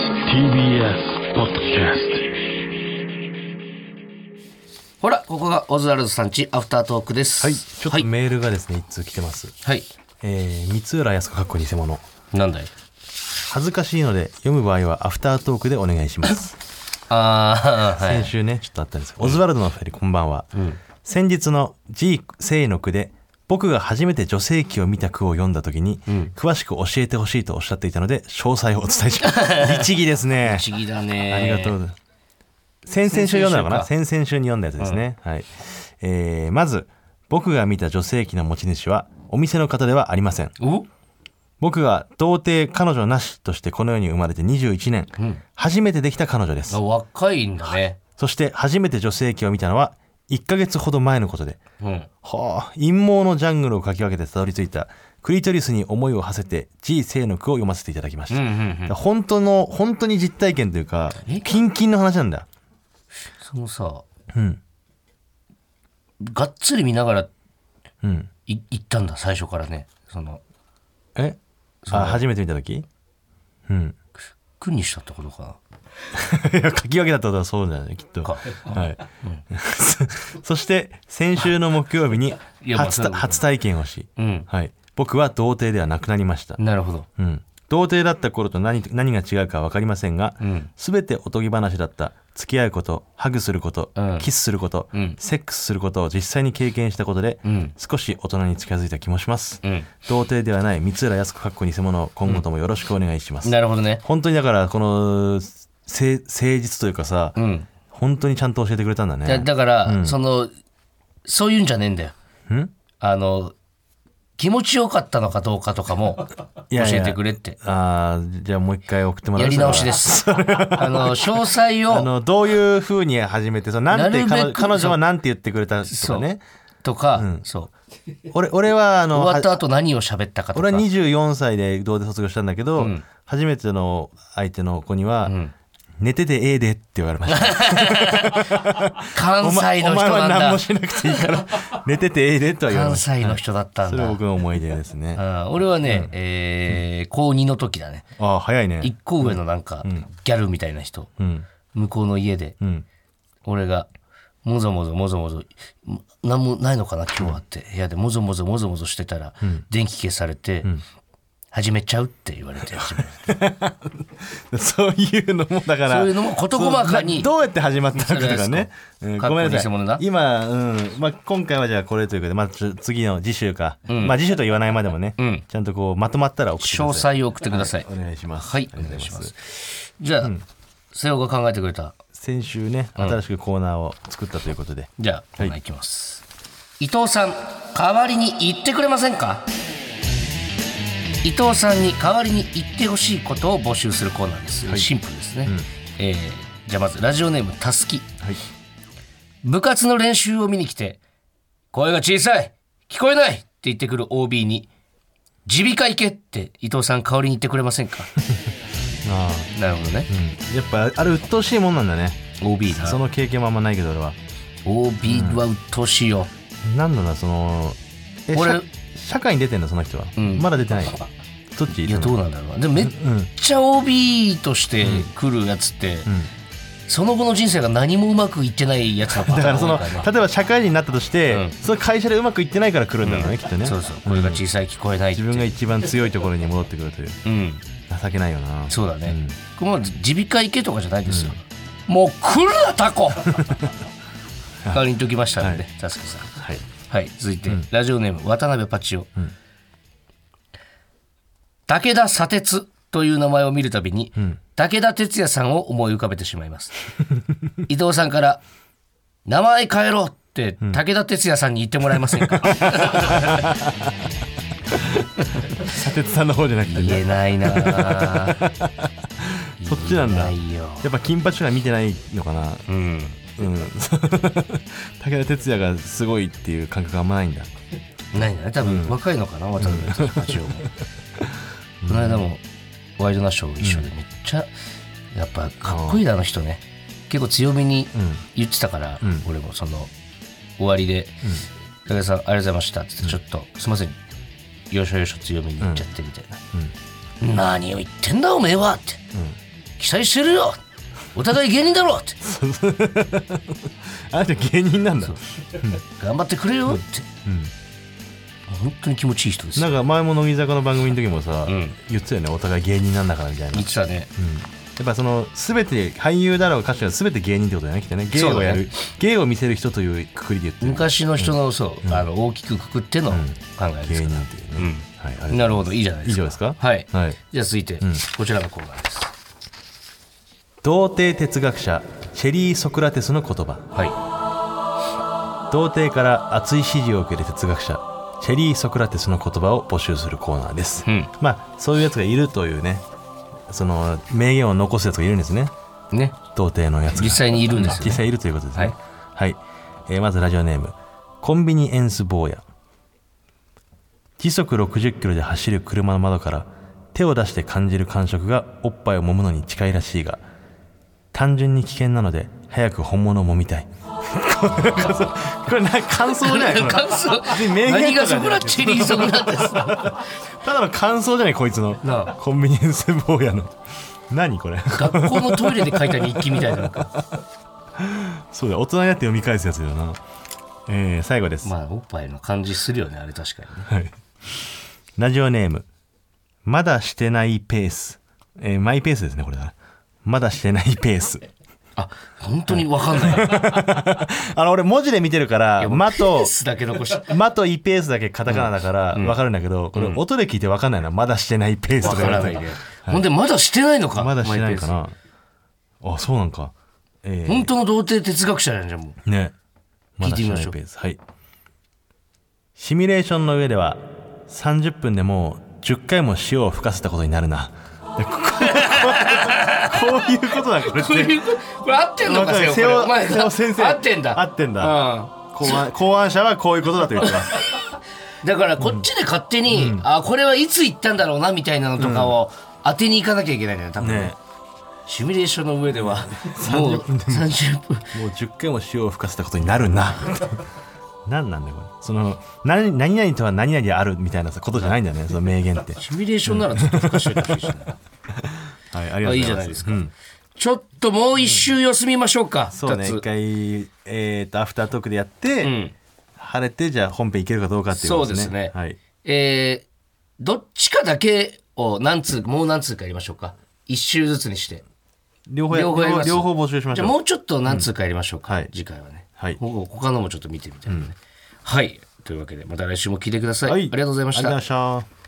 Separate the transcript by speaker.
Speaker 1: TBS ポッドキャス
Speaker 2: ほら、ここがオズワルドさんちアフタートークです。
Speaker 3: はい、ちょっ
Speaker 2: はい。
Speaker 3: とメールがですね、一通来てます。
Speaker 2: はい。
Speaker 3: えー、三浦靖子かっこ偽物。
Speaker 2: なんだい
Speaker 3: 恥ずかしいので、読む場合はアフタートークでお願いし ます。
Speaker 2: ああ、はい
Speaker 3: 先。週ね、ちょっとあったんですけど、オズワルドのお二人、こんばんは。先日の G 生の句で、僕が初めて女性器を見た句を読んだ時に、詳しく教えてほしいとおっしゃっていたので、詳細をお伝えし ます。律儀ですね。
Speaker 2: 不思議だね。
Speaker 3: ありがとうございます。先々週読んだのかな
Speaker 2: 先
Speaker 3: 先々週に読んだやつですね。はい。えーまず、僕が見た女性器の持ち主は、お店の方ではありません。
Speaker 2: お
Speaker 3: 僕が童貞彼女なしとしてこの世に生まれて21年、初めてできた彼女です
Speaker 2: あ。若いんだね。
Speaker 3: そして初めて女性器を見たのは、1ヶ月ほど前のことで、
Speaker 2: うん。
Speaker 3: はあ、陰謀のジャングルをかき分けてたどり着いた、クリトリスに思いを馳せて、G 生の句を読ませていただきまし
Speaker 2: うんう
Speaker 3: た。
Speaker 2: んうん。
Speaker 3: 本当の、本当に実体験というか
Speaker 2: え、
Speaker 3: キンキンの話なんだ。
Speaker 2: そのさ、
Speaker 3: うん。
Speaker 2: がっつり見ながら
Speaker 3: うん。
Speaker 2: い行ったんだ、最初からね。その、
Speaker 3: えあ初めて見た時うん
Speaker 2: 苦にしたってことか
Speaker 3: いや 書き分けだったことはそうだよねきっと
Speaker 2: か
Speaker 3: はい、 そそして先週の木曜日に
Speaker 2: いやまあ
Speaker 3: 初
Speaker 2: そ
Speaker 3: た
Speaker 2: うだ
Speaker 3: 初体験をし、
Speaker 2: な。うん。
Speaker 3: はい、僕は童貞ではなくなりました、
Speaker 2: なるほど。
Speaker 3: うん、童貞だった頃と何何が違うか分かりませんが、
Speaker 2: ん
Speaker 3: 全ておとぎ話だった付き合うことハグすること、
Speaker 2: うん
Speaker 3: キスすること、
Speaker 2: うん
Speaker 3: セックスすることを実際に経験したことで、
Speaker 2: うん
Speaker 3: 少し大人に近づいた気もします、
Speaker 2: うん。
Speaker 3: 童貞ではない三浦靖子かっこ偽物を今後ともよろしくお願いします、
Speaker 2: なるほどね。
Speaker 3: 本当にだからこのせ誠実というかさ、
Speaker 2: うん。
Speaker 3: 本当にちゃんと教えてくれたんだね
Speaker 2: だだから、その、そういうんじゃねえんだよ。
Speaker 3: ん
Speaker 2: あの、気持ちよかったのかどうかとかも
Speaker 3: い
Speaker 2: 教
Speaker 3: やいや
Speaker 2: えてくれって。
Speaker 3: あーじゃあもう一回送ってもら
Speaker 2: や
Speaker 3: う
Speaker 2: り直しです。あの、詳細
Speaker 3: あ
Speaker 2: を
Speaker 3: のどういうふうに始めてそのなんて
Speaker 2: なる
Speaker 3: 彼
Speaker 2: べ
Speaker 3: 女
Speaker 2: く
Speaker 3: 彼女はなんて言ってくれたと
Speaker 2: そ
Speaker 3: か
Speaker 2: う
Speaker 3: ね
Speaker 2: とか、そう。
Speaker 3: 俺俺はあの
Speaker 2: 終わった
Speaker 3: は
Speaker 2: 後何を喋ったかとか。
Speaker 3: 俺は24歳で同で卒業したんだけど、
Speaker 2: ん
Speaker 3: 初めての相手の子には、
Speaker 2: ん
Speaker 3: 寝ててええでって言われました。
Speaker 2: 関
Speaker 3: お
Speaker 2: 西
Speaker 3: 前
Speaker 2: の
Speaker 3: お
Speaker 2: 人
Speaker 3: 前は何
Speaker 2: なん
Speaker 3: も
Speaker 2: だ。
Speaker 3: しなくて いいから、寝ててええでとは言われま
Speaker 2: 関
Speaker 3: した。
Speaker 2: 西の人だったん
Speaker 3: それ
Speaker 2: だ。
Speaker 3: は僕の思い出ですね。あ
Speaker 2: うん俺はね、えー高2の時だね。
Speaker 3: あー、早いね。
Speaker 2: 一個上のなんか、ギャルみたいな人。
Speaker 3: うん。
Speaker 2: 向こうの家で、
Speaker 3: うん。
Speaker 2: 俺が、もぞもぞもぞもぞ、なんもないのかな今日はって、部屋でもぞもぞもぞもぞしてたら、電気消されて、始めちゃうって言われて、始 める
Speaker 3: そういうのもだから
Speaker 2: そういうのも事細かに
Speaker 3: そうなどうやって始まったのかとかね、うん
Speaker 2: かっ
Speaker 3: ご
Speaker 2: こいい
Speaker 3: めんな
Speaker 2: 偽
Speaker 3: さ
Speaker 2: 物ない
Speaker 3: 今、うんまあ、今回はじゃあこれということで、まあ、ちょ次の次週か、まあ、次週と言わないまでもね、
Speaker 2: ん
Speaker 3: ちゃんとこうまとまったら送ってく
Speaker 2: 詳
Speaker 3: ださい
Speaker 2: 細を送ってください。
Speaker 3: お願いします
Speaker 2: はい、
Speaker 3: あ
Speaker 2: お
Speaker 3: りがと
Speaker 2: 願い
Speaker 3: うござ
Speaker 2: し
Speaker 3: い
Speaker 2: ま
Speaker 3: ます
Speaker 2: す。じゃあ、瀬尾が考えてくれた。
Speaker 3: 先週ね新しくコーナーを作ったということで、
Speaker 2: じゃあ、こんなんいきます。伊藤さん、代わりに言ってくれませんか伊藤さんに代わりに言ってほしいことを募集するコーナーです。シンプルですね。えーじゃあまず、ラジオネーム、たすき。
Speaker 3: はい、
Speaker 2: 部活の練習を見に来て、声が小さい聞こえないって言ってくる OB に、耳鼻科行けって伊藤さん代わりに言ってくれませんか
Speaker 3: あ
Speaker 2: なるほどね。
Speaker 3: ーやっぱあれ鬱陶しいもんなんだね
Speaker 2: OB な
Speaker 3: その経験もあんまないけど俺は
Speaker 2: OB は鬱陶しいよ、
Speaker 3: なんだろうなそのえ
Speaker 2: 俺
Speaker 3: 社社会に出てんのその人は、
Speaker 2: ん
Speaker 3: まだ出て ないどっち
Speaker 2: いやどうなんだろうなでもめっ
Speaker 3: うん
Speaker 2: ちゃ OB として来るやつって、その後の人生が何もうまくいってないやつのパ
Speaker 3: だ
Speaker 2: タ
Speaker 3: か
Speaker 2: ーン
Speaker 3: らその
Speaker 2: 多いから
Speaker 3: 例えば社会人になったとして、
Speaker 2: うん
Speaker 3: その会社でうまくいってないから来るんだろうね、きっとね
Speaker 2: なそうそう声が小さい聞こえないって
Speaker 3: 自分が一番強いところに戻ってくるという
Speaker 2: うん
Speaker 3: 情けないよな
Speaker 2: そうだね
Speaker 3: ん、
Speaker 2: これもう耳鼻科行けとかじゃないですよ、もう来るなタコ代わりに言っときましたので、
Speaker 3: は
Speaker 2: タスクさん
Speaker 3: はい
Speaker 2: はい続いて、ラジオネーム渡辺パチオ、
Speaker 3: ん
Speaker 2: 武田砂鉄という名前を見るたびに、
Speaker 3: ん
Speaker 2: 武田鉄矢さんを思い浮かべてしまいます 伊藤さんから「名前変えろ」って武田鉄矢さんに言ってもらえませんか、
Speaker 3: 砂鉄さんの方じゃなくて ね
Speaker 2: 言えないなぁ
Speaker 3: そっちなんだ
Speaker 2: 言えないよ
Speaker 3: やっぱ金八は見てないのかな
Speaker 2: うん
Speaker 3: うん 武田鉄矢がすごいっていう感覚があんまないんだ
Speaker 2: ないんだね多分若いのかな、渡辺哲也八郎もこの間もワイドナショー一緒でめっちゃやっぱかっこいいなあの人ね結構強めに
Speaker 3: ん
Speaker 2: 言ってたから、
Speaker 3: ん
Speaker 2: 俺もその終わりで「武、田さんありがとうございました」って言ってちょっと、すいませんよいしょよいしょ強めに言っちゃってみたいな、
Speaker 3: うん
Speaker 2: 何を言ってんだおめえはって、期待してるよお互い芸人だろって
Speaker 3: あなた芸人なんだ
Speaker 2: 頑張ってくれよって、本当に気持ちいい人です
Speaker 3: な
Speaker 2: よ
Speaker 3: んか前も乃木坂の番組の時もさ、
Speaker 2: ん
Speaker 3: 言ってたよねお互い芸人なんだからみたいな、うん、
Speaker 2: 言
Speaker 3: や
Speaker 2: ってたね、
Speaker 3: っぱその全て俳優だろう歌手だろう全て芸人ってことだよねきっとね芸をや
Speaker 2: そう
Speaker 3: る、
Speaker 2: だね
Speaker 3: 芸を見せる人というくくりで言ってる
Speaker 2: 昔の人のそう、あの大きくくくっての考えです
Speaker 3: 芸
Speaker 2: か
Speaker 3: 人っていうね、はいあ
Speaker 2: ら、
Speaker 3: りが
Speaker 2: なるほどいいじゃない
Speaker 3: とう
Speaker 2: で
Speaker 3: 以
Speaker 2: すか
Speaker 3: 上ですか
Speaker 2: はい、
Speaker 3: はい
Speaker 2: じゃあ続いて、こちらのコーナーです
Speaker 3: 童貞哲学者チェリー・ソクラテスの言葉
Speaker 2: は
Speaker 3: 童貞から熱い支持を受ける哲学者チェリー・ソクラテスの言葉を募集するコーナーです、
Speaker 2: うん
Speaker 3: まあそういうやつがいるというねその名言を残すやつがいるんですね
Speaker 2: いね
Speaker 3: 童貞のやつが
Speaker 2: 実際にいるんですよ、
Speaker 3: 実
Speaker 2: ね、
Speaker 3: 際いるということですね
Speaker 2: はい
Speaker 3: はい、えーまずラジオネームコンビニエンス坊や時速60キロで走る車の窓から手を出して感じる感触がおっぱいを揉むのに近いらしいが単純に危険なので早く本物を揉み たいこれな感想じゃないこれ
Speaker 2: 感想
Speaker 3: 名言とかじ
Speaker 2: 何が
Speaker 3: ゃなくて
Speaker 2: そこらチェリーソクラテス
Speaker 3: ただの感想じゃないこいつの
Speaker 2: なあ
Speaker 3: コンビニエンス坊やの何これ
Speaker 2: 学校のトイレで書いた日記みたいななんか
Speaker 3: そうだ大人になって読み返すやつだよなえー、最後です、
Speaker 2: まあおっぱいの感じするよねあれ確かにね
Speaker 3: はい。ラジオネーム、まだしてないペース。えーマイペースですね、これだな。まだしてないペ ース。
Speaker 2: あ本当に分かんない
Speaker 3: あの、俺文字で見てるから、ま
Speaker 2: ペ
Speaker 3: と
Speaker 2: ー、スだけ残し
Speaker 3: まとイペースだけカタカナだから分かるんだけど、これ音で聞いて分かんないな。まだしてないペースと
Speaker 2: わ
Speaker 3: か
Speaker 2: か
Speaker 3: 言わ
Speaker 2: ら
Speaker 3: れ
Speaker 2: な
Speaker 3: た
Speaker 2: いね
Speaker 3: ら。
Speaker 2: ほんでまだしてないのか
Speaker 3: まだしてないか
Speaker 2: マイ
Speaker 3: な。あ、そうなんか。え
Speaker 2: ペース
Speaker 3: ー
Speaker 2: 本当の童貞哲学者じゃんじゃんもう
Speaker 3: ね。
Speaker 2: 聞いてみましょう
Speaker 3: だしてないペース。はい。シミュレーションの上では、30分でもう10回も塩を吹かせたことになるな。でここ こういうことだ、これっ
Speaker 2: これ
Speaker 3: て。
Speaker 2: これ合ってんのか
Speaker 3: 瀬
Speaker 2: 瀬尾これお前
Speaker 3: 尾瀬尾先生。
Speaker 2: 合ってんだ
Speaker 3: 合ってん
Speaker 2: うん
Speaker 3: だ。考案考案者はこういうことだと言ってます。
Speaker 2: だからこっちで勝手に、あこれはいつ行ったんだろうなみたいなのとかを当てに行かなきゃいけないんだよ多分ね
Speaker 3: ね
Speaker 2: シミュレーションの上で はもう30分
Speaker 3: もう10回も塩を吹かせたことになるな。 何なんだよこれその何何々とは何々であるみたいなさことじゃないんだよねその名言って
Speaker 2: シミュレーションならちょっと深しといてほ しいしね
Speaker 3: はいあり
Speaker 2: ま
Speaker 3: がとうございます
Speaker 2: あいいじゃないですか
Speaker 3: うん
Speaker 2: ちょっともう一周休みましょうか、
Speaker 3: そうね
Speaker 2: 二つ
Speaker 3: 一回えー、とアフタートークでやって、
Speaker 2: ん
Speaker 3: 晴れてじゃあ本編いけるかどうかっていうことですね
Speaker 2: そうですね
Speaker 3: はい、
Speaker 2: えーどっちかだけを何通もう何通かやりましょうか一周ずつにして
Speaker 3: 両方や
Speaker 2: 両方やります
Speaker 3: 両方募集しまし
Speaker 2: じ
Speaker 3: ょ
Speaker 2: ゃ
Speaker 3: う
Speaker 2: あもうちょっと何通かやりましょうか、
Speaker 3: うんはい
Speaker 2: 次回はね、
Speaker 3: はい
Speaker 2: ほ他のもちょっと見てみたいなね、はいというわけでまた来週も聞いてください、
Speaker 3: はい
Speaker 2: ありがとうございまし
Speaker 3: あり
Speaker 2: た
Speaker 3: がとうございました